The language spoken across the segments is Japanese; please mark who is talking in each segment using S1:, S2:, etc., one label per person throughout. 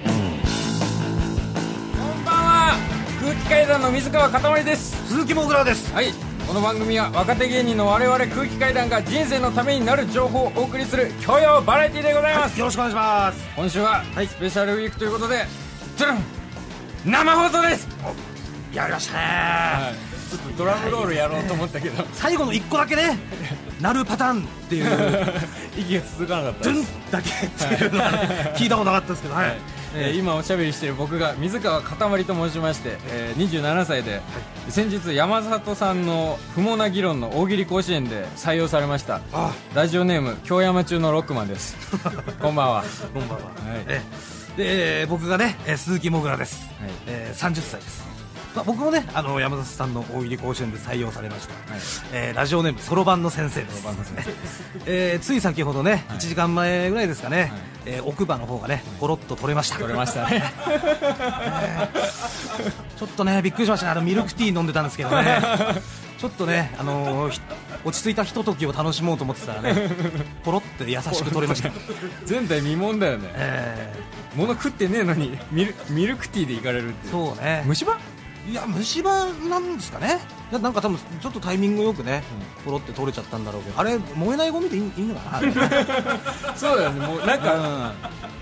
S1: こんばんは空気階段の水川かたまりです
S2: 鈴木もぐらです
S1: はいこの番組は若手芸人の我々空気階段が人生のためになる情報をお送りする教養バラエティでございます、
S2: よろしくお願いします
S1: 今週は
S2: はい
S1: スペシャルウィークということで、ドゥルン生放送です、
S2: やりましたね、
S1: ちょっとドラムロールやろうと思ったけ ど
S2: 最後の一個だけねなるパターンっていう
S1: 息が続かなかった
S2: ドゥンだけっていうのは聞いたことなかったですけどは
S1: え
S2: い、
S1: ー今おしゃべりしている僕が水川かたまりと申しまして、えー27歳で、先日山里さんの不毛な議論の大喜利甲子園で採用されました
S2: あ
S1: ラジオネーム京山中のロックマンです こんばんは
S2: こんばんは、
S1: はい
S2: えでえー僕がねえー鈴木もぐらです、
S1: はい
S2: えー30歳です、まあ、僕もねあの山里さんの大喜利甲子園で採用されました、
S1: はい
S2: えーラジオネームそろばんの先生です
S1: そろばんの先生
S2: えーつい先ほどね、1時間前ぐらいですかね、えー奥歯の方がねポロッと取れました
S1: 取れましたね
S2: ちょっとねびっくりしましたねあのミルクティー飲んでたんですけど ねちょっとねあのーひ落ち着いたひとときを楽しもうと思ってたらねポロって優しく取れました、
S1: 前代未聞だよね
S2: え
S1: 物食ってねえのにミルミルクティーでいかれるって
S2: ー
S1: いう
S2: そうね
S1: 虫歯
S2: いや虫歯なんですかねいやなんか多分ちょっとタイミングよくね、ポロって取れちゃったんだろうけどあれ燃えないゴミでいいいいのかなあれ
S1: そうだよねもうなんか、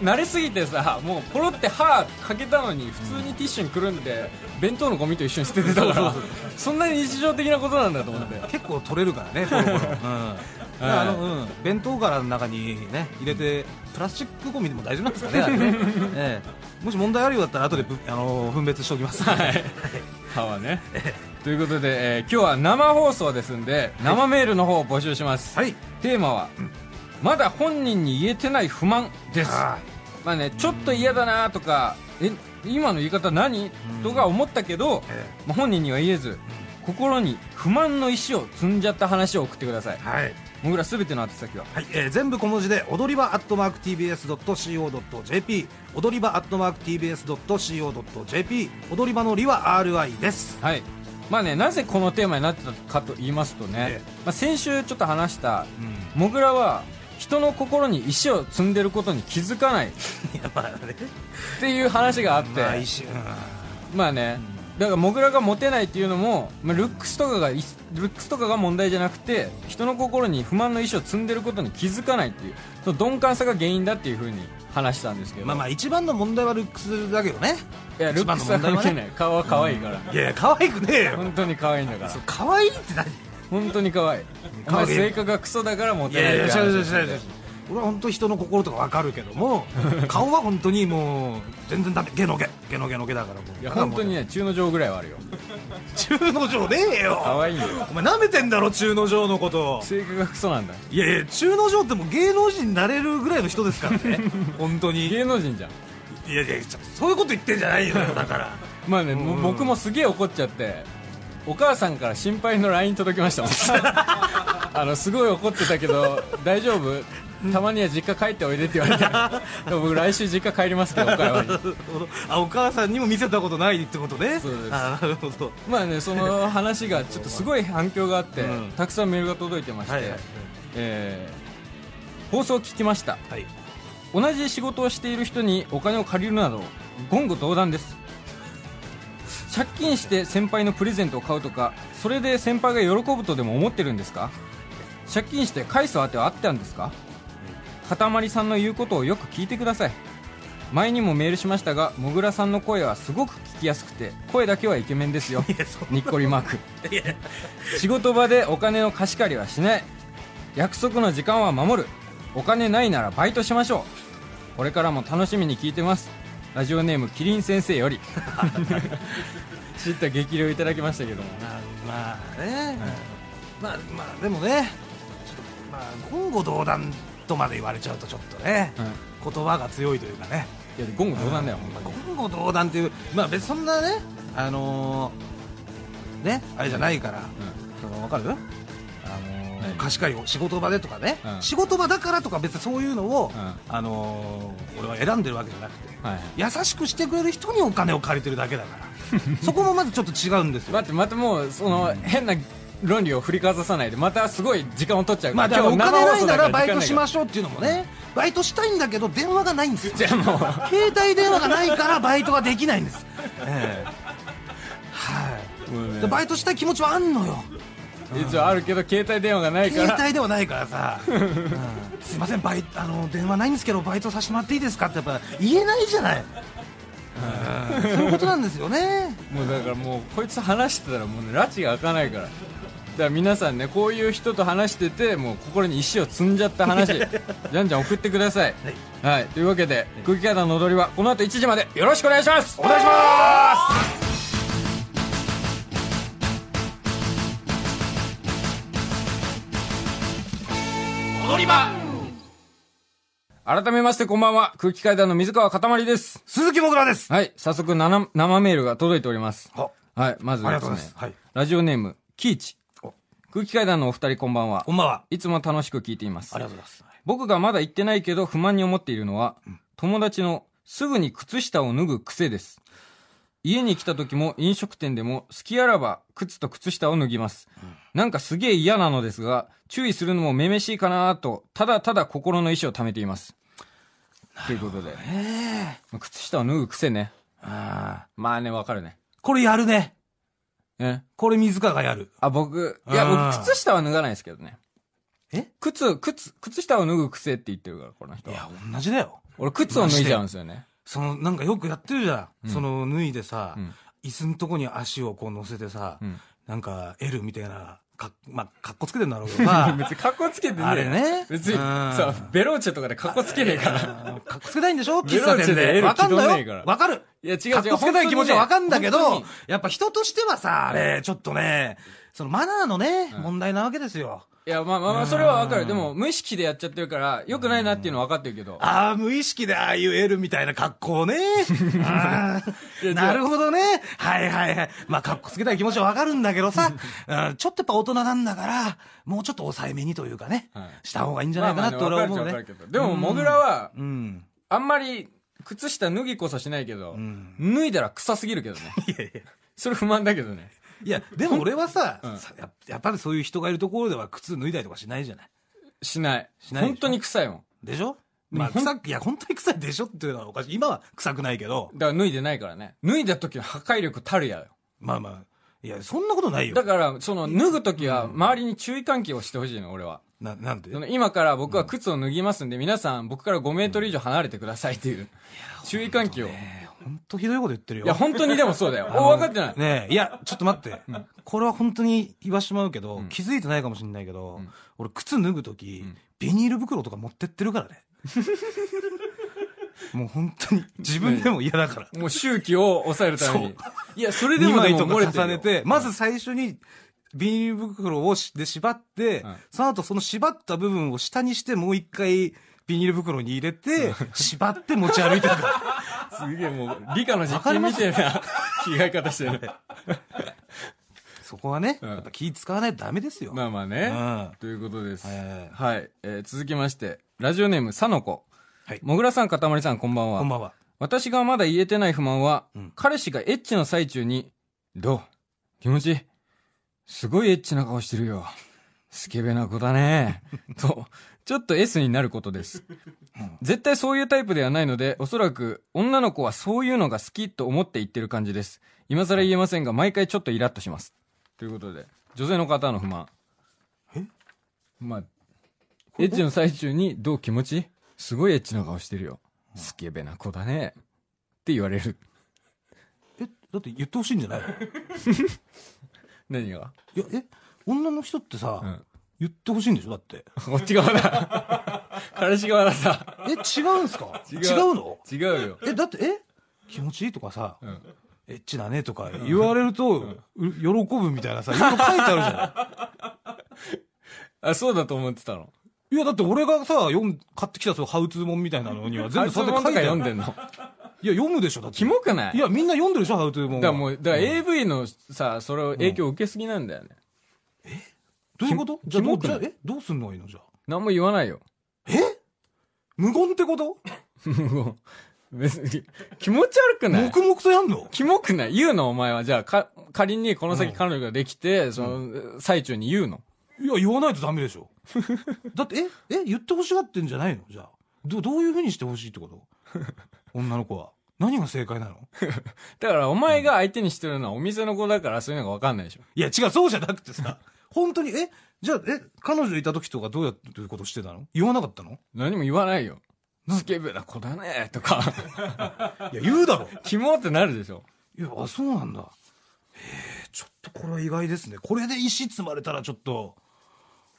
S1: 慣れすぎてさもうポロって歯かけたのに普通にティッシュにくるんで弁当のゴミと一緒に捨ててたからそんなに日常的なことなんだと思って
S2: 結構取れるからねポロポロ、うんだからあのうん、弁当柄の中に、ね、入れてプラスチックゴミでも大丈夫なんですかねあれ ね、ええもし問題あるようだったら後でぶあのー分別しておきます、
S1: 歯はねということで、えー今日は生放送ですんで生メールの方を募集します、
S2: はい
S1: テーマは、まだ本人に言えてない不満」です
S2: あ
S1: まあねちょっと嫌だなとか「え今の言い方何?」とか思ったけど、
S2: え
S1: まあ本人には言えず心に不満の石を積んじゃった話を送ってください
S2: はい、
S1: もぐらすべての宛先は
S2: はいえー全部小文字で踊り場アットマーク TBS.CO.JP 踊り場アットマーク TBS.CO.JP 踊り場のりは RI です
S1: はいまあねなぜこのテーマになってたかと言いますとね、
S2: ええ
S1: まあ、先週ちょっと話した、
S2: う
S1: もぐらは人の心に石を積んでることに気づかない
S2: やばいね
S1: っていう話があって、
S2: ま
S1: ま
S2: あ
S1: あ、
S2: 一瞬
S1: ね、だからモグラがモテないっていうのも、まあ、ルックスとかがいルックスとかが問題じゃなくて人の心に不満の意思を積んでることに気づかないっていうその鈍感さが原因だっていうふうに話したんですけど、
S2: まあまあ一番の問題はルックスだけどね
S1: いやルッ
S2: 一番
S1: ク
S2: の
S1: スは関
S2: 問題は
S1: 係
S2: ね
S1: ない顔は可愛いから、
S2: いやいや可愛くねえよ
S1: 本当に可愛いんだから
S2: 可愛いって何
S1: 本当に可愛いお前性格がクソだからモ
S2: い
S1: テな
S2: や
S1: い
S2: いや
S1: って
S2: 違う
S1: 話
S2: 違う違う違う俺は本当人の心とかわかるけ ども顔は本当にもう全然ダメゲのゲゲのゲのゲだからもう
S1: いや本当にね中之条ぐらいはあるよ
S2: 中之条ねえよ
S1: 可愛いよ
S2: お前舐めてんだろ中之条のこと
S1: 性格がクソなんだ
S2: いやいや中之条ってもう芸能人になれるぐらいの人ですから ね本当にいや
S1: 芸能人じゃん
S2: いやちょそういうこと言ってんじゃないよだから
S1: まあね、もう僕もすげえ怒っちゃってお母さんから心配の LINE 届きましたも んあのすごい怒ってたけど大丈夫たまには実家帰っておいでって言われてでも僕来週実家帰りますけどおかわりに
S2: あお母さんにも見せたことないってことね
S1: そうです
S2: あなるほど
S1: まあねその話がちょっとすごい反響があって、
S2: うん
S1: たくさんメールが届いてまして、
S2: はいはい
S1: えー放送聞きました
S2: はい
S1: 同じ仕事をしている人にお金を借りるなど言語道断です借金して先輩のプレゼントを買うとかそれで先輩が喜ぶとでも思ってるんですか借金して返すあてはあったんですかかたまりさんの言うことをよく聞いてください前にもメールしましたがもぐらさんの声はすごく聞きやすくて声だけはイケメンですよ
S2: いやそ
S1: にっこりマーク
S2: いや
S1: 仕事場でお金の貸し借りはしない約束の時間は守るお金ないならバイトしましょうこれからも楽しみに聞いてますラジオネームキリン先生より 知った激励をいただきましたけども
S2: まあまあね、まあまあでもねちょっとまあ言語道断とまで言われちゃうとちょっとね、
S1: うん
S2: 言葉が強いというかね
S1: いや言語道断だよ、ほんまに
S2: 言語道断っていうまあ別にそんなねあのーねあれじゃないから、そのわかるあのー
S1: 何
S2: 貸し借りを仕事場でとかね、
S1: うん
S2: 仕事場だからとか別にそういうのを、
S1: うん
S2: あのー俺は選んでるわけじゃなくて、
S1: はい
S2: 優しくしてくれる人にお金を借りてるだけだから そこもまずちょっと違うんですよ
S1: 待って待ってもうその変な論理を振りかざさないでまたすごい時間を取っちゃう
S2: ま
S1: か
S2: あ、だ
S1: ら、
S2: からお
S1: 今日生
S2: 金ない
S1: 放送
S2: な
S1: だからら
S2: バイトしま
S1: し
S2: しょうっていうのもねバイトしたいんだけど電話がないんですよ
S1: じゃあもう
S2: 携帯電話がないからバイトができないんです、ええはい、
S1: もうね
S2: でバイトしたい気持ちはあんのよ
S1: 一応あるけど携帯電話がないか
S2: 携
S1: ら
S2: 帯ではないからさ、うんすいませんバイあの電話ないんですけどバイトさせてもらっていいですかってやっぱ言えないじゃない、うんそういうことなんですよね
S1: もうだからもうこいつ話してたらもうね拉致が開かないからだから皆さんねこういう人と話しててもう心に石を積んじゃった話 じゃんじゃん送ってくださいはい、というわけで空気階段の踊りはこの後1時までよろしくお願いします
S2: お願いします
S1: 改めましてこんばんは空気階段の水川かたまりです
S2: 鈴木もぐらです
S1: はい早速なな生メールが届いております
S2: あ
S1: はいまず
S2: あり
S1: で
S2: がとう
S1: すね
S2: ございます、はい、
S1: ラジオネームキーチ
S2: お
S1: 空気階段のお二人こんばんは
S2: こんばんは
S1: いつも楽しく聞いています
S2: ありがとうございます
S1: 僕がまだ言ってないけど不満に思っているのは、友達のすぐに靴下を脱ぐ癖です。家に来た時も飲食店でも好きあらば靴と靴下を脱ぎます。なんかすげえ嫌なのですが、注意するのもめめしいかなと、ただただ心の意志を溜めています。ということで、
S2: ええ
S1: まあ靴下を脱ぐ癖ね。
S2: ああ
S1: まあね、わかるね。
S2: これやるね
S1: ね
S2: これ水川がやる
S1: あ、僕、いや、
S2: あー
S1: 僕靴下は脱がないですけどね。
S2: え
S1: 靴、靴、靴下を脱ぐ癖って言ってるから、この人
S2: い
S1: は。
S2: や同じだよ
S1: 俺、靴を脱いじゃうんですよね。
S2: そのなんかよくやってるじゃん、
S1: うん
S2: その脱いでさ、
S1: うん
S2: 椅子のとこに足をこう乗せてさ、
S1: うん
S2: なんか L みたいなかまあかっこつけてんだろうけど さ
S1: 別に格好つけてねえよ
S2: あれね
S1: 別に
S2: うん
S1: さベローチェとかで格好つけねえから
S2: あのかっこつけたいんでしょ
S1: ベロ
S2: 喫茶
S1: ーチェ
S2: 店
S1: で
S2: で
S1: L
S2: わかんの
S1: 着とんねえから
S2: よわかる
S1: いや違う違う
S2: かっこつけたい気持ちはわかんだけ
S1: 本当
S2: ど
S1: に、
S2: やっぱ人としてはさ、あれ、ちょっとね、そのマナーのね、
S1: うん
S2: 問題なわけですよ。
S1: いやまあまあまあそれはわか
S2: う
S1: る
S2: ん
S1: でも無意識でやっちゃってるからよくないなっていうのは分かってるけど
S2: ああ、無意識でああいう L みたいな格好ね。
S1: いや違
S2: あー
S1: う
S2: なるほどね。はいはいはい。まあ、格好つけたい気持ちはわかるんだけどさ、うんちょっとやっぱ大人なんだから、もうちょっと抑えめにというかね、
S1: はい
S2: した方がいいんじゃ
S1: ま
S2: な
S1: あ
S2: いか
S1: ま
S2: な
S1: あ
S2: っ
S1: ね
S2: て俺
S1: 分か
S2: は
S1: る
S2: 思
S1: っちゃ分
S2: う
S1: か
S2: ね
S1: る。けどでもモグラは
S2: うん。
S1: あんまり靴下脱ぎこそしないけど
S2: ん
S1: 脱いだら臭すぎるけどね
S2: いやいや。
S1: それ不満だけどね
S2: いや、でも俺はさ、
S1: うん
S2: さややっぱりそういう人がいるところでは靴脱いだりとかしないじゃない。
S1: しない
S2: しないでしょ
S1: 本当に臭いもん
S2: でしょまあ、
S1: でもほ
S2: 臭く、いや、本当に臭いでしょっていうのはおかしい。今は臭くないけど、
S1: だから脱いでないからね脱いだ時の破壊力たるやよ
S2: まあまあ、いや、そんなことないよ
S1: だ。からその脱ぐ時は周りに注意喚起をしてほしいの俺は
S2: な、なんで
S1: その今から僕は靴を脱ぎますんで、皆さん僕から5メートル以上離れてくださいっていう、注意喚起を。い
S2: えーほんとひどいこと言ってるよ。
S1: や、本当にでもそうだよ。
S2: あ
S1: お、
S2: の
S1: 分かってない。
S2: ねえ、いや、ちょっと待って。これは本当に言わしてもらうけど、気づいてないかもしれないけど、俺靴脱ぐとき、ビニール袋とか持ってってるから ね。もう本当に、自分でも嫌だから。
S1: もう周期を抑えるため
S2: そ
S1: に
S2: う。
S1: いや、それ で
S2: 2
S1: もで
S2: 枚
S1: も
S2: とか
S1: 漏れてる
S2: 重
S1: よ
S2: ねて、まず最初に、ビニール袋をしで縛って、
S1: うん
S2: その後その縛った部分を下にしてもう一回ビニール袋に入れて、縛って持ち歩いてるから。
S1: すげえもう、理科の実
S2: わかり
S1: 験
S2: ま
S1: み
S2: す
S1: たい な着替え方してる。
S2: そこはね、
S1: うん
S2: やっぱ気使わないとダメですよ。
S1: まあまあ
S2: う
S1: ね。
S2: ん。
S1: ということです。
S2: えー
S1: はい。えー続きまして、ラジオネーム、さのこ
S2: はい。
S1: もぐらさん、かたまりさん、こんばんは。
S2: こんばんは。
S1: 私がまだ言えてない不満は、
S2: うん
S1: 彼氏がエッチの最中に、どう気持ちいいすごいエッチな顔してるよ。スケベな子だね。 と、ちょっと S になることです。絶対そういうタイプではないので、おそらく女の子はそういうのが好きと思って言ってる感じです。今更言えませんが、毎回ちょっとイラッとします。ということで、女性の方の不満。えまあ、エッチの最中にどう気持ちいいすごいエッチな顔してるよ。スケベな子だね。って言われる。
S2: え、だって言ってほしいんじゃないの
S1: 何が
S2: いや、え、女の人ってさ、
S1: うん
S2: 言ってほしいんでしょだって。
S1: こっち側だ。 彼氏側ださ。
S2: え、違うんすか
S1: 違
S2: 違
S1: う
S2: うの
S1: 違うよ。
S2: え、だって、え気持ちいいとかさ、
S1: うん。
S2: エッチだねとか言われると、う喜ぶみたいなさ、いろいろ書いてあるじゃ
S1: あ、そうだと思ってたの。
S2: ん。いや、だって俺がさ、読ん、買ってきたそのハウツー本みたいなのには全
S1: 全
S2: 部
S1: 部
S2: そ
S1: それ
S2: れで
S1: と
S2: 書
S1: か
S2: いてあ
S1: 読ん
S2: る。
S1: でんの。
S2: いや読むでしょだって
S1: キモくない
S2: いやみんな読んでるでしょハウトゥーも
S1: だからもう、だから AV のさ、それを影響受けすぎなんだよね。
S2: どういうこと
S1: キ
S2: じゃあどう
S1: キモくない
S2: じゃあえどうすんのがいいのじゃあ
S1: 何も言わないよ。
S2: 無言ってこと
S1: もう別に、気持ち悪くない
S2: 黙々とやんの
S1: キモくない言うのお前は。じゃあ、か、仮にこの先彼女ができて、その、最中に言うの。
S2: いや言わないとダメでしょだってええ言ってほしがってんじゃないのじゃあどどういうふうにしてほしいってこと女の子は何が正解なの
S1: だから、お前が相手にしてるのはお店の子だから、そういうのがわかんないでしょ。
S2: いや、違う、そうじゃなくてさ、 本当に、え、じゃあ、え、彼女いた時とかどうやってどういうことしてたの言わなかったの
S1: 何も言わないよ。スケベな子だねとか、
S2: いや、言うだろ。
S1: キモってなるでしょ。
S2: いや、あ、そうなんだ。えー、ちょっとこれは意外ですね。これで石積まれたらちょっと、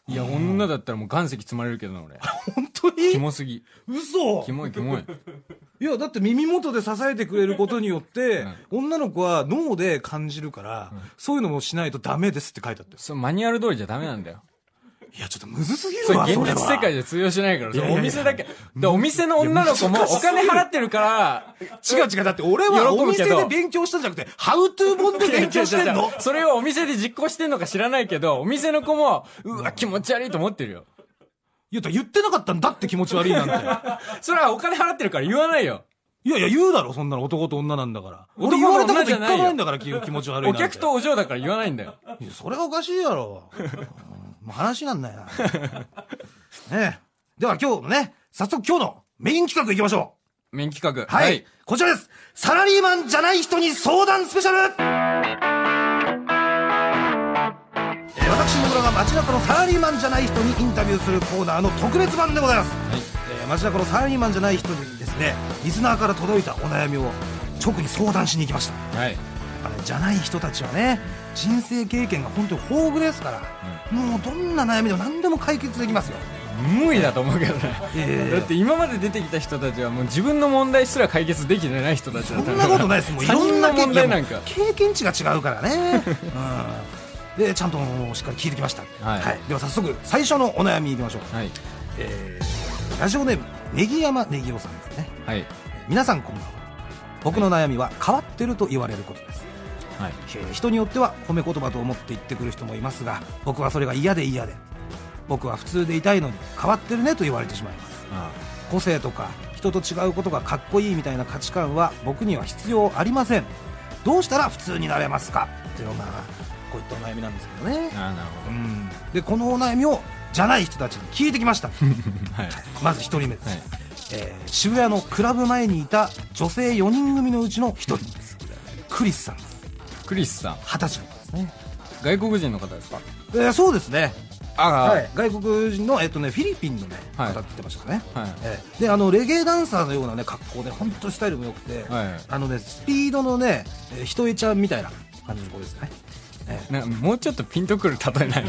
S1: いや、女だったらもう岩石積まれるけどな、俺。
S2: 本当
S1: キ
S2: に
S1: モすぎ。
S2: 嘘
S1: キモいキモい。
S2: いや、だって耳元で支えてくれることによって、女の子は脳で感じるから、そういうのもしないとダメですって書いてあったよ
S1: そのマニュアル通りじゃダメなんだよ。
S2: いや、ちょっとむずすぎ
S1: そ
S2: る
S1: れ
S2: わ、
S1: 現
S2: それ
S1: 実世界
S2: は。
S1: じゃ通用しないから、
S2: やいやいや
S1: お店だけ。でお店の女の子もお金払ってるから、
S2: 違う違う。だって俺は
S1: 喜
S2: お
S1: ぶけ
S2: 店
S1: ど
S2: で勉強したんじゃなくて、ハウトゥー本で勉強してんの
S1: それをお店で実行してんのか知らないけど、お店の子も、うわ、気持ち悪いと思ってるよ。
S2: いや、だから言ってなかったんだって気持ち悪い なんて。
S1: それはお金払ってるから言わないよ。
S2: いやいや、言うだろ、そんなの男と女なんだから。
S1: 男と
S2: 俺言われたこと
S1: 女じ
S2: 一
S1: ゃないよ
S2: 回もないんだから、気気持ち悪いな
S1: お
S2: んて。
S1: 客とお嬢だから言わないんだよ。
S2: いや、それはおかしいやろ。 うんもう話なんないな。ねえ。では今日のね、早速今日のメイン企画いきましょ
S1: 面企画。
S2: う。はい。こちらです。サラリーマンじゃない人に相談スペシャルえー私、もぐらが街中のサラリーマンじゃない人にインタビューするコーナーの特別版でございます。
S1: はい。
S2: えー、町田このサラリーマンじゃない人にですねリスナーから届いたお悩みを直に相談しに行きましたや
S1: はい。
S2: っぱねじゃない人たちはね人生経験が本当に豊富ですから、もうどんな悩みでも何でも解決できますよ
S1: 無理だと思うけどね。
S2: え
S1: だって今まで出てきた人たちはもう自分の問題すら解決できてない人たちだ
S2: そ
S1: った
S2: んなことないですもういろんな
S1: 他人の問題なん
S2: いや
S1: か
S2: もう。経験値が違うからね、うん、でちゃんとしっかり聞いてきました、
S1: はい
S2: では早速最初のお悩みいきましょう、
S1: はい。
S2: えーラジオネームネギ山ネギオさんですね
S1: はい。
S2: 皆さんこんばんは僕の悩みは変わってると言われることです
S1: はい。
S2: えー人によっては褒め言葉と思って言ってくる人もいますが僕はそれが嫌で嫌で僕は普通でいたいのに変わってるねと言われてしまいます
S1: あ
S2: 個性とか人と違うことがかっこいいみたいな価値観は僕には必要ありませんどうしたら普通になれますかというようなこういったお悩みなんですけどね
S1: あ、なる
S2: う
S1: ほ
S2: んでこのお悩みをじゃない人たちに聞いてきました
S1: ど。はい。
S2: まず1人目です、
S1: はい
S2: えー渋谷のクラブ前にいた女性4人組のうちの1人ですクリスさんです
S1: クリスさん、
S2: 二十歳の方ですね
S1: 外国人の方ですか
S2: えーそうですね、
S1: ああ、
S2: はい、外国人の、えっとね、フィリピンの、ね
S1: はい
S2: 方って言ってましたね、
S1: はい
S2: えーであのレゲエダンサーのような、ね、格好で本当スタイルも良くて、
S1: はい
S2: あのね、スピードのねえーひとえちゃんみたいな感じの子ですね、え
S1: なもうちょっとピンとくる例えない。
S2: ー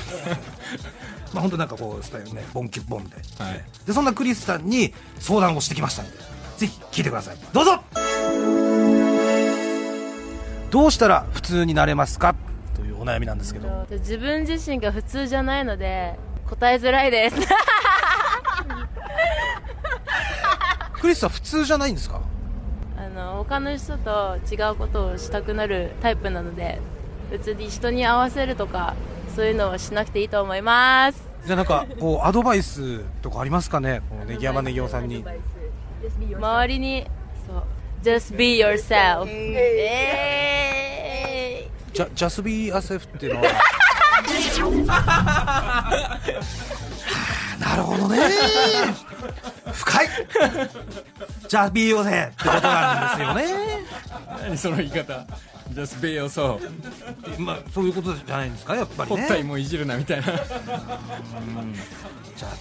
S2: まあ、本当なんかこうスタイルねボンキュッボンみたいな、
S1: はい
S2: でそんなクリスさんに相談をしてきましたのでぜひ聞いてくださいどうぞどうしたら普通になれますかというお悩みなんですけど
S3: 自分自身が普通じゃないので答えづらいです
S2: クリスさん普通じゃないんですか
S3: あの他の人と違うことをしたくなるタイプなので別に人に合わせるとかそういうのをしなくていいと思います
S2: じゃあなんかこうアドバイスとかありますかねこのネギ山ネギオさんに
S3: 周りにそう Just be yourself えー
S2: ジャジャスビーアセフっていう のはなるほどね深いジャスビーアセフってことなんですよね
S1: 何その言い方 Just be yourself
S2: まあそういうことじゃないですかやっぱり
S1: ポッタイ
S2: ね
S1: もいじるなみたいな
S2: ジャ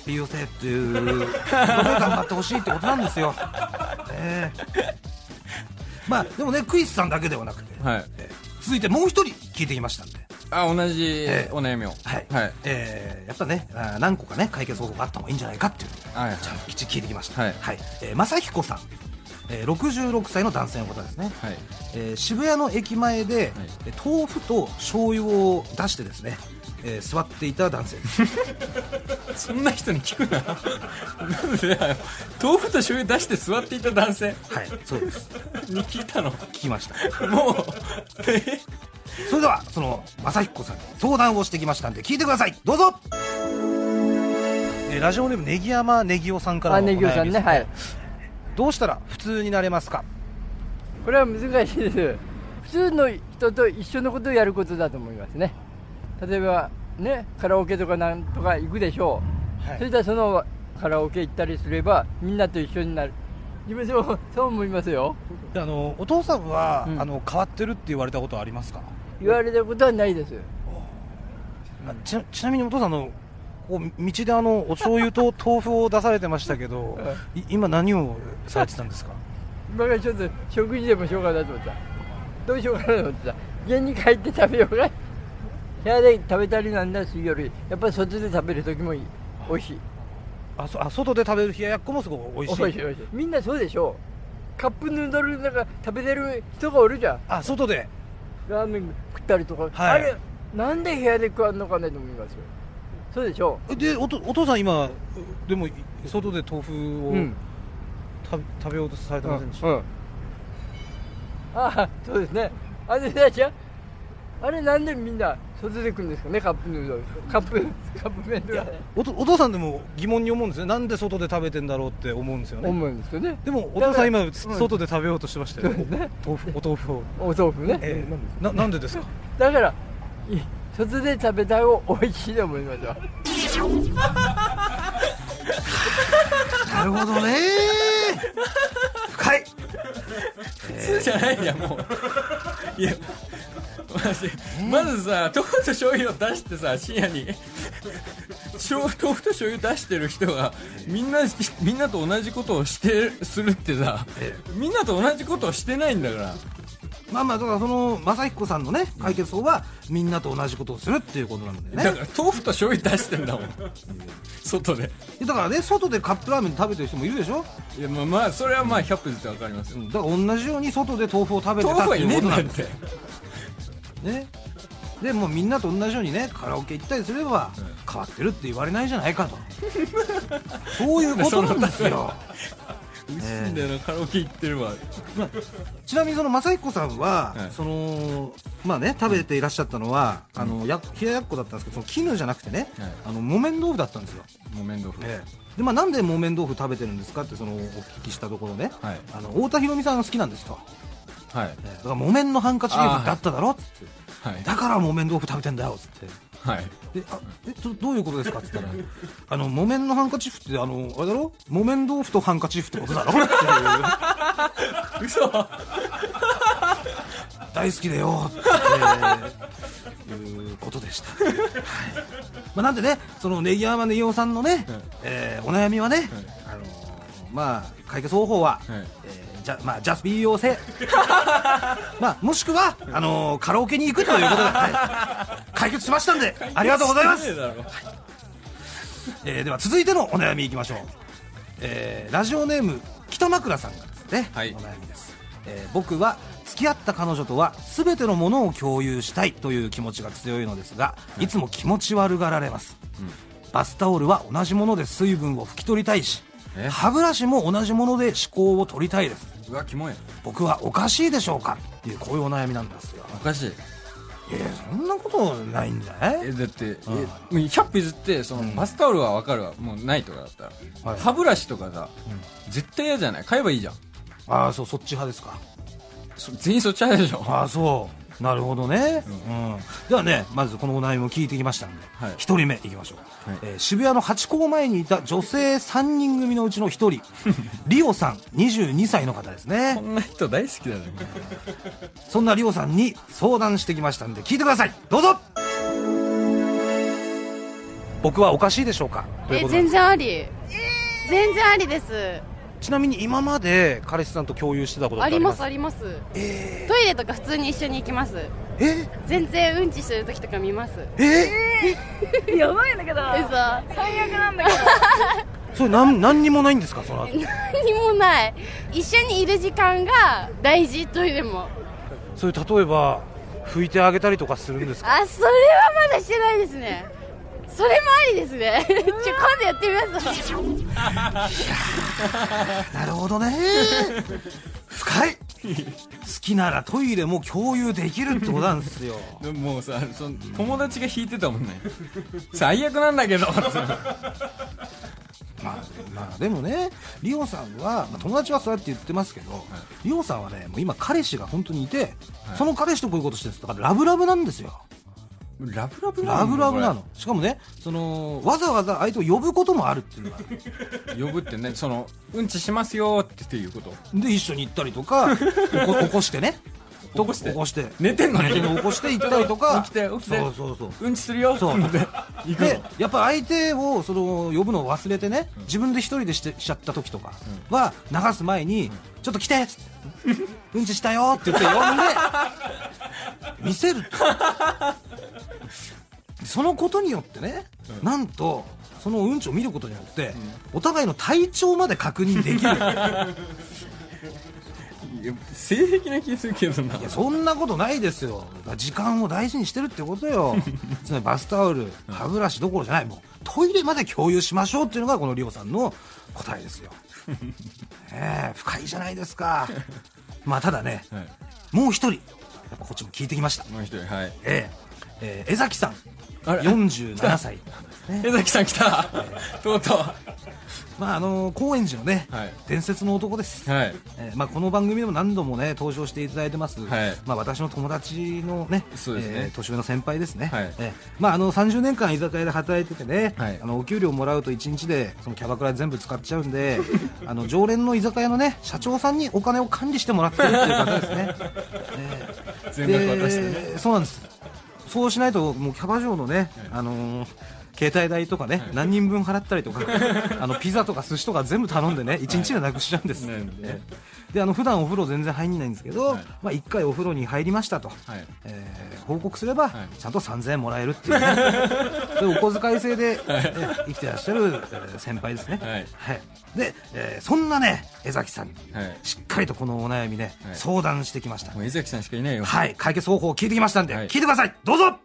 S2: スビーアセフっていうことで頑張ってほしいってことなんで すよねえまあでもねクイズさんだけではなくて、
S1: はい
S2: えー続いてもう一人聞いてきましたんで
S1: あ同じ
S2: ええ
S1: お悩みを
S2: はい、
S1: はい
S2: えーやっぱねあー何個かね解決方法があった方がいいんじゃないかっていうのを
S1: はいはい
S2: ちゃんときっちり聞いてきました
S1: はい
S2: はいえー、正彦さんえー66歳の男性の方ですね、
S1: はい
S2: えー渋谷の駅前で、えー豆腐と醤油を出してですね、えー座っていた男性です
S1: そんな人に聞くななんでだよ豆腐と醤油出して座っていた男性
S2: はいそうです
S1: に聞いたの
S2: 聞きました
S1: もうえ
S2: それではその正彦さんに相談をしてきましたんで聞いてくださいどうぞえーラジオネームネギ山ネギオさんから
S4: あ
S2: のお悩
S4: ネ
S2: みで
S4: ギオ
S2: す、
S4: さんねはい
S2: どうしたら普通になれますか
S4: これは難しいです普通の人と一緒のことをやることだと思いますね例えばねカラオケとかなんとか行くでしょう、
S2: はい
S4: それではそのカラオケ行ったりすればみんなと一緒になる自分でも そう思いますよ
S2: であのお父さんは、
S4: うん
S2: あの変わってるって言われたことはありますか、
S4: 言われたことはないです
S2: あちなちなみにお父さんあのこう道であのお醤油 と豆腐を出されてましたけどい今何をされてたんですか
S4: 今からちょっと食事でもしようかなと思ってたどうしようかなと思ってた家に帰って食べようが部屋で食べたりなんだするよりやっぱり外で食べる時もいい美味しい
S2: あそあ外で食べる冷ややっこもすごく美味しい
S4: 美味しい美味しいみんなそうでしょカップヌードルなんか食べてる人がおるじゃん
S2: あ外で
S4: ラーメン食ったりとか、
S2: はい
S4: あれなんで部屋で食わんのかねと思いますよそうでしょ
S2: えでおとお父さん今でも外で豆腐を、
S4: うん
S2: 食べ食べようとされて
S4: うん
S2: ませんでした、
S4: うんああそうですねあれだじゃんあれなんでみんな外で食うんですかねカップヌードルカップカップ麺とかね
S2: おとお父さんでも疑問に思うんですねなんで外で食べてんだろうって思うんですよね
S4: 思うんですよね
S2: でもお父さん今
S4: だからうん
S2: 外で食べようとしてましたよ、
S4: そうですね
S2: お豆腐お豆 腐を、
S4: お豆腐ね、
S2: えー、ななんでですか
S4: だからい外で食べた方が美味しいと思いますよ
S2: なるほどね深い
S1: そうじゃないやもういやマジまずさ豆腐と醤油を出してさ深夜に醤豆腐と醤油出してる人がみんなみんなと同じことをしてするってさみんなと同じことをしてないんだから
S2: まあまあだからその正彦さんのね解決法はみんなと同じことをするっていうことなのでね
S1: だから豆腐と醤油出してんだもん外で
S2: だからね外でカップラーメン食べてる人もいるでしょ、
S1: いやまあまあそれはまあ100分ずつわかります
S2: う
S1: よ
S2: んだから同じように外で豆腐を食べて
S1: 豆腐
S2: たっ
S1: は
S2: て
S1: い
S2: いう
S1: ねえん
S2: ことな
S1: だっ
S2: んです
S1: て
S2: よねでもうみんなと同じようにねカラオケ行ったりすれば、変わってるって言われないじゃないかとそういうことなんですよ
S1: 薄いんだよなカラオケ行ってるわ
S2: ちなみにその正彦さんは、
S1: はい
S2: そのまあね食べていらっしゃったのは、あのや冷ややっこだったんですけどその絹じゃなくてね、
S1: はい
S2: あの木綿豆腐だったんですよ、
S1: 木綿豆腐
S2: ええでまあ、なんで木綿豆腐食べてるんですかってそのお聞きしたところね、
S1: はい
S2: あの太田裕美さんが好きなんですと、
S1: はい
S2: ええだから木綿のハンカチリーフだっただろっつって、
S1: はい
S2: だから木綿豆腐食べてんだよっつって
S1: はい
S2: であえそどういうことですかって言ったらあの木綿のハンカチーフってあのあれだろ木綿豆腐とハンカチーフってことだろっていう
S1: 嘘
S2: 大好きだよっていうことでした、はいまあ、なんでねそのネギ山ネギオさんのね、
S1: はい
S2: えーお悩みはね、あのーまあ解決方法は、
S1: はい
S2: えーじゃまあ、ジャスビー要請まあもしくはあのーカラオケに行くということで、はい解決しましたんでありがとうございま
S1: してね
S2: す
S1: え、だろ
S2: えーでは続いてのお悩みいきましょう、えーラジオネーム北枕さんがですね、
S1: はい
S2: お悩みです、えー僕は付き合った彼女とは全てのものを共有したいという気持ちが強いのですが、い、つも気持ち悪がられます、バスタオルは同じもので水分を拭き取りたいし
S1: え
S2: 歯ブラシも同じもので歯垢を取りたいです
S1: うわキモい
S2: 僕はおかしいでしょうかっていうこういうお悩みなんですが
S1: おかしい
S2: いやいやそんなことないんじゃない
S1: えだってえもう100歩譲ってそのバスタオルは分かるわもうないとかだったら、
S2: はい
S1: 歯ブラシとかさ、絶対嫌じゃない買えばいいじゃん
S2: ああそうそっち派ですか
S1: そ全員そっち派でしょ
S2: ああそうなるほどね、うんではねまずこのお悩みを聞いてきましたんで、
S1: はい
S2: 一1人目いきましょう、
S1: はい
S2: えー渋谷のハチ公前にいた女性3人組のうちの1人 リオさん22歳の方です
S1: こ
S2: ね
S1: んな人大好きだね
S2: そんなリオさんに相談してきましたんで聞いてくださいどうぞ僕はおかしいでしょうかという
S5: え
S2: ことなんで
S5: 全
S2: す
S5: 然あり、全然ありです
S2: ちなみに今まで彼氏さんと共有してたことって
S5: あ
S2: あり
S5: り
S2: ま
S5: ますすあります
S2: え
S5: トイレとか普通に一緒に行きます
S2: ーえ
S5: 全然うんちしてる時とか見ます
S2: ええ
S6: やばいんだけど
S5: えさ
S6: 最悪なんだけど
S2: それなん何にもないんですかその後
S5: 何もない一緒にいる時間が大事トイレも
S2: それ例えば拭いてあげたりとかするんですか
S5: あそれはまだしてないですねそれもありですねちょ今度やってみます
S2: なるほど ね深い好きならトイレも共有できるってことなんですよ
S1: でももうさその友達が弾いてたもんね最悪なんだけ ど
S2: まあ、まあ、でもねリオさんは、まあ、友達はそうやって言ってますけど、リオさんはねもう今彼氏が本当にいて、その彼氏とこういうことしてるんですだからラブラブなんですよ
S1: ラブラブなの
S2: ラブラブなのしかもねそのわざわざ相手を呼ぶこともあるっていう のがある
S1: 呼ぶってねそのうんちしますよってっていうこと
S2: で一緒に行ったりと か起こ起こしてね
S1: 起こして
S2: 起こして
S1: 寝てんのに
S2: 起こして行ったりと か
S1: 起きて起きて
S2: そうそうそう
S1: うんちするよって
S2: そう
S1: ので行く
S2: でやっぱ相手をその呼ぶのを忘れてね、自分で一人でしてしちゃった時とかは流す前に、ちょっと来てっつってうんちしたよって言って呼 んで見せるそのことによってね、なんとそのうんちを見ることによって、お互いの体調まで確認でき
S1: の
S2: る
S1: いや性癖な気するけどない
S2: やそんなことないですよだから時間を大事にしてるってこと よつまりバスタオル歯ブラシどころじゃないもうトイレまで共有しましょうっていうのがこのリオさんの答えです よねえ深いじゃないですかまあただね、
S1: はい
S2: もう一人やっぱこっちも聞いてきました
S1: もう一人はい
S2: ええええ江崎さん
S1: あれ
S2: 47歳なんですね
S1: 江崎さん来たとうと
S2: まああの高円寺のね、
S1: はい
S2: 伝説の男です、
S1: うはい
S2: えーまあ、この番組でも何度もね登場していただいてます、
S1: はい
S2: まあ、私の友達のね
S1: そうですね
S2: えー年上の先輩ですね、
S1: はい
S2: えーまあ、あの30年間居酒屋で働いててね、
S1: はい
S2: あのお給料もらうと1日でそのキャバクラ全部使っちゃうんであの常連の居酒屋のね社長さんにお金を管理してもらってるっていう方ですね、えー
S1: 全額渡してね
S2: でそうなんですそうしないともうキャバ嬢のね、あのー携帯代とかね、何人分払ったり とかあのピザとか寿司とか全部頼んでね1日でなくしちゃうんです、
S1: はいね
S2: ええであの普段お風呂全然入んないんですけど、
S1: はい
S2: まあ、1回お風呂に入りましたと、
S1: はい
S2: えー報告すれ
S1: は
S2: ば、
S1: い
S2: ちゃんと3000円もらえるっ ていうねそういうお小遣い制で、えー生きてらっしゃる、えー先輩ですね、
S1: はい
S2: で、えーそんなね江崎さんに、
S1: はい
S2: しっかりとこのお悩みね、
S1: はい
S2: 相談してきました
S1: もう江崎さんしかいないよ
S2: はい、解決方法を聞いてきましたんで、
S1: はい
S2: 聞いてください、どうぞ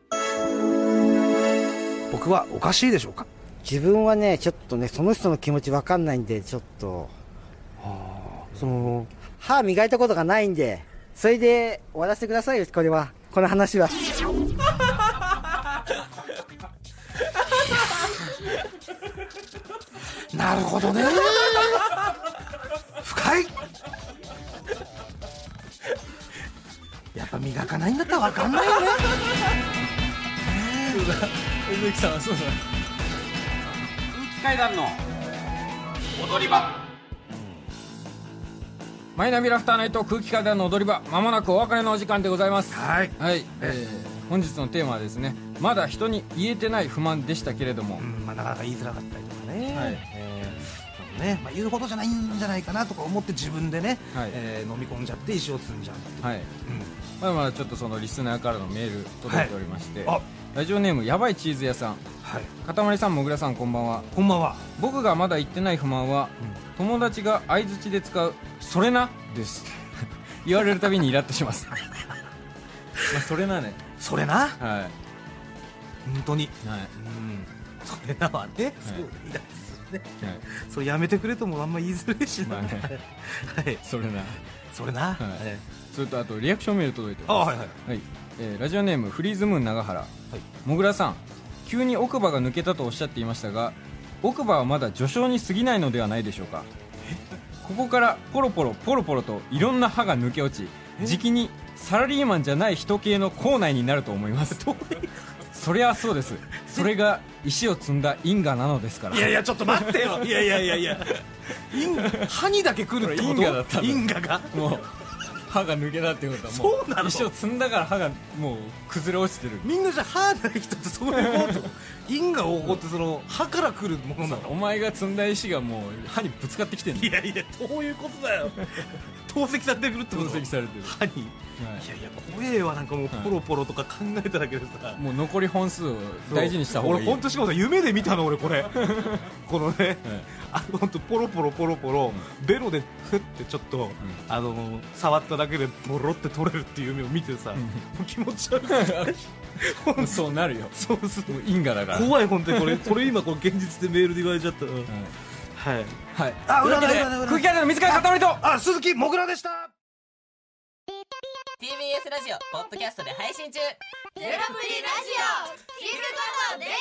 S2: 僕はおかしいでしょうか
S6: 自分はねちょっとねその人の気持ちわかんないんでちょっとその歯磨いたことがないんでそれで終わらせてくださいよこれはこの話は
S2: なるほどね深いやっぱ磨かないんだったら分かんないよね
S1: 江崎さんはそうだ
S7: 階段の踊り場
S1: マイナビラフターナイト空気階段の踊り場まもなくお別れのお時間でございます
S2: はい
S1: はい、えー本日のテーマはですねまだ人に言えてない不満でしたけれども、
S2: うんまあ、なかなか言いづらかったりとかね、
S1: はい
S2: えーそうねまあ、言うほどじゃないんじゃないかなとか思って自分でね、
S1: はい
S2: えー飲み込んじゃって石を積んじゃうっていう
S1: はいまだまだちょっとそのリスナーからのメール届いておりまして、
S2: はいあ
S1: ラジオネームやばいチーズ屋さん
S2: はい、
S1: かたまりさんもぐらさんこんばんは
S2: こんばんは
S1: 僕がまだ言ってない不満は、友達が相づちで使う「それな」です 言われるたびにイラッとしますまあそれなね
S2: それな
S1: は
S2: 本当に
S1: い、はい
S2: うんそれなはね、そういや
S1: はい、
S2: それやめてくれともあんま言いづらいしな、
S1: まあね
S2: はい、
S1: それな
S2: それな、
S1: はい
S2: え
S1: それとあとリアクションメール届いて
S2: ーあ
S1: ます
S2: はいはい
S1: はい、えーラジオネームフリーズムーン長原、もぐらさん急に奥歯が抜けたとおっしゃっていましたが奥歯はまだ序章に過ぎないのではないでしょうかここからポロポロポロポロといろんな歯が抜け落ちじきにサラリーマンじゃない人系の校内になると思います そりゃそうですそれが石を積んだ因果なのですから
S2: いやいやちょっと待ってよいやいやいや いや因 歯にだけ来るってこと
S1: これ因果だったんだ
S2: 因果が
S1: もう歯が抜けたってことはも
S2: そうなの
S1: 石を積んだから歯がもう崩れ落ちてる
S2: みんなじゃあ歯ない人ってそういうこと因果を起こってその歯から来るものなの
S1: お前が積んだ石がもう歯にぶつかってきてる
S2: いやいやどういうことだよ 透析されてくるってこ
S1: 分
S2: と
S1: 析されてる、
S2: 歯にいやいや怖えわなんかもうポロポロとか考えただけでさ、
S1: もう残り本数を大事にした方がいい
S2: 俺本当しかもさ夢で見たの俺こ れこのね、
S1: はい
S2: あ本当ポロポロポロポロ、ベロでふってちょっと、あの触っただけでポロって取れるっていう夢を見てさ、もう気持ち悪い本当
S1: そうなるよ
S2: そうす
S1: もう因果だから
S2: 怖い本当にこれこれ今こう現実でメールで言われちゃった、うんはい
S1: はい
S2: あ
S1: というわけで
S2: 裏だ裏だ裏だ
S1: 空気あるの水川かたまりと
S2: あ鈴木もぐらでした
S8: TBS ラジオポッドキャストで配信中
S5: ゼロプリラジオ聞くことできる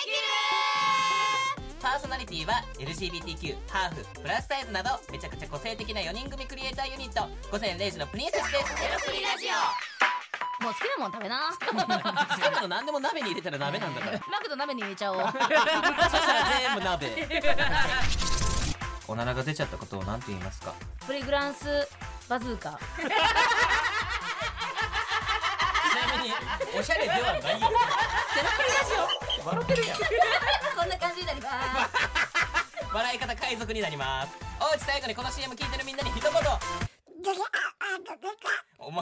S8: パーソナリティは LGBTQ ハーフプラスサイズなどめちゃくちゃ個性的な4人組クリエイターユニット午前0時のプリンセスですゼロプリラジ
S9: もう好きなもん食べな
S8: オ好きなの何でも鍋に入れたら鍋なんだから
S9: マクド鍋に入れちゃおう
S8: そしたら全部鍋 おならが出ちゃったことを何て言いますか
S9: プリグランスバズーカ
S8: ちなみにおしゃれではないよゼロプリラジオ笑ってるやん
S9: こんな感じになります
S8: 笑い方海賊になりますおうち最後にこの CM 聞いてるみんなに一言お前